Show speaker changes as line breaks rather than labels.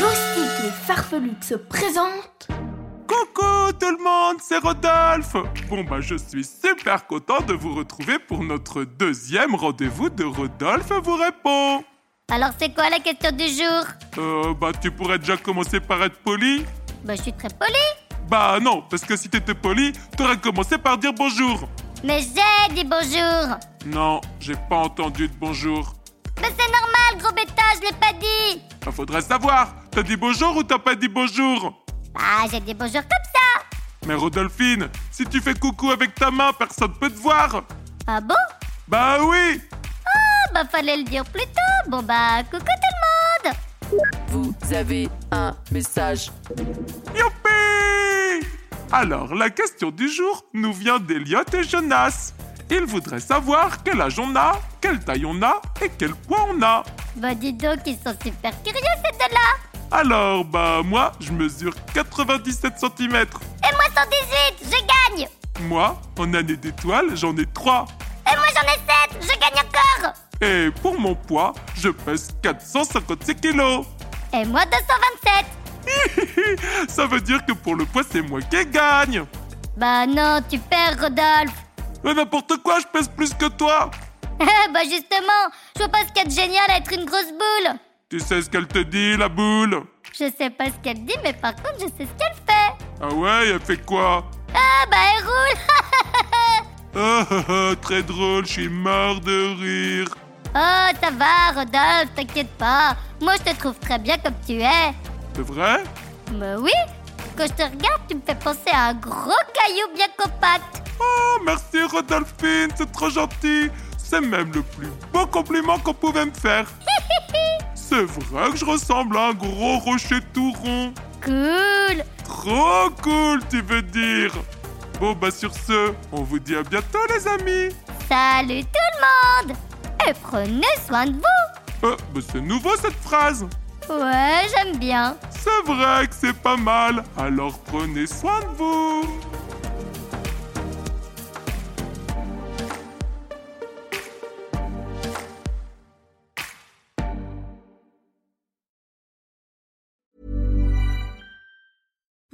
Loustique et Farfelux présente
Coucou tout le monde, c'est Rodolphe Bon bah je suis super content de vous retrouver pour notre deuxième rendez-vous de Rodolphe vous répond
Alors c'est quoi la question du jour
Euh bah tu pourrais déjà commencer par être poli
Bah je suis très polie
Bah non, parce que si t'étais poli, t'aurais commencé par dire bonjour
Mais j'ai dit bonjour
Non, j'ai pas entendu de bonjour
Mais c'est normal gros bêta, je l'ai pas dit
Bah faudrait savoir, t'as dit bonjour ou t'as pas dit bonjour
Bah j'ai dit bonjour comme ça
Mais Rodolphine, si tu fais coucou avec ta main, personne peut te voir
Ah bon
Bah oui
Ah bah fallait le dire plus tôt Bon bah coucou tout le monde
Vous avez un message.
Youpi Alors, la question du jour nous vient d'Eliot et Jonas. Ils voudraient savoir quel âge on a, quelle taille on a et quel poids on a.
Bah dis donc, ils sont super curieux ces deux-là
Alors, bah moi, je mesure 97 cm.
Et moi 118, je gagne
Moi, en année d'étoile, j'en ai 3.
Et moi j'en ai 7, je gagne encore
Et pour mon poids, je pèse 456 kilos.
Et moi 227
Ça veut dire que pour le poids, c'est moi qui gagne.
Bah non, tu perds Rodolphe
Mais n'importe quoi, je pèse plus que toi.
Ah, Bah justement, je vois pas ce qu'il y a de génial à être une grosse boule
Tu sais ce qu'elle te dit, la boule
Je sais pas ce qu'elle dit, mais par contre, je sais ce qu'elle fait.
Ah ouais, elle fait quoi
Ah bah elle roule
Ah ah ah, très drôle, je suis mort de rire.
Oh, ça va, Rodolphe, t'inquiète pas. Moi, je te trouve très bien comme tu es.
C'est vrai
Mais oui, quand je te regarde, tu me fais penser à un gros caillou bien compact.
Oh, merci Rodolphine, c'est trop gentil. C'est même le plus beau compliment qu'on pouvait me faire. c'est vrai que je ressemble à un gros rocher tout rond.
Cool
Trop cool, tu veux dire Bon, bah sur ce, on vous dit à bientôt les amis.
Salut tout le monde Et prenez soin de vous
Euh, bah c'est nouveau cette phrase.
Ouais, j'aime bien.
C'est vrai que c'est pas mal, alors prenez soin de vous.